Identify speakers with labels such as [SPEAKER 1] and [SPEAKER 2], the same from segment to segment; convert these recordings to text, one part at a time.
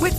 [SPEAKER 1] With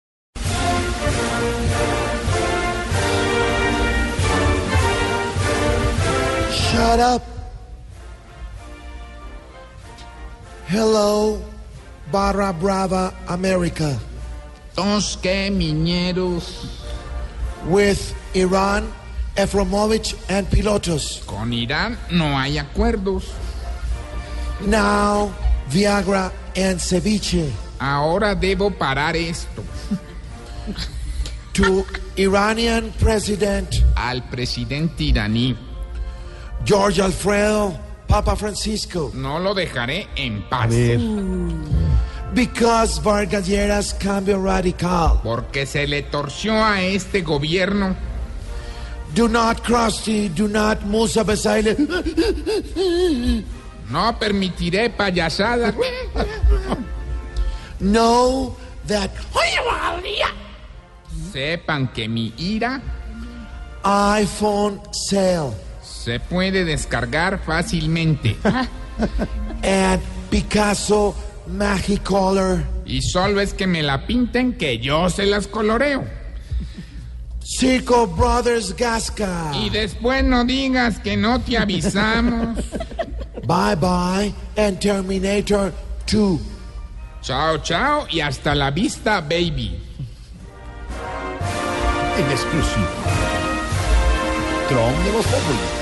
[SPEAKER 2] Shut up. Hello, Barra Brava America.
[SPEAKER 3] Entonces, ¿qué, miñeros?
[SPEAKER 2] With Iran, Efromovich, and Pilotos.
[SPEAKER 3] Con Irán no hay acuerdos.
[SPEAKER 2] Now, Viagra and Ceviche.
[SPEAKER 3] Ahora debo parar esto.
[SPEAKER 2] To Iranian President
[SPEAKER 3] Al presidente iraní
[SPEAKER 2] George Alfredo Papa Francisco.
[SPEAKER 3] no lo dejaré en paz.
[SPEAKER 2] Because Vargas Lleras Cambio Radical.
[SPEAKER 3] Porque se le torció a este gobierno.
[SPEAKER 2] Do not Krusty, do not Musa Besaile.
[SPEAKER 3] No permitiré payasadas.
[SPEAKER 2] Know that
[SPEAKER 3] Sepan que mi ira
[SPEAKER 2] iPhone sale.
[SPEAKER 3] se puede descargar fácilmente.
[SPEAKER 2] and Picasso Magicolor.
[SPEAKER 3] Y solo es que me la pinten que yo se las coloreo.
[SPEAKER 2] Circo Brothers Gasca.
[SPEAKER 3] Y después no digas que no te avisamos.
[SPEAKER 2] Bye bye and Terminator 2.
[SPEAKER 3] Chao, chao y hasta la vista, baby.
[SPEAKER 4] en exclusiva. Tron de los Populi.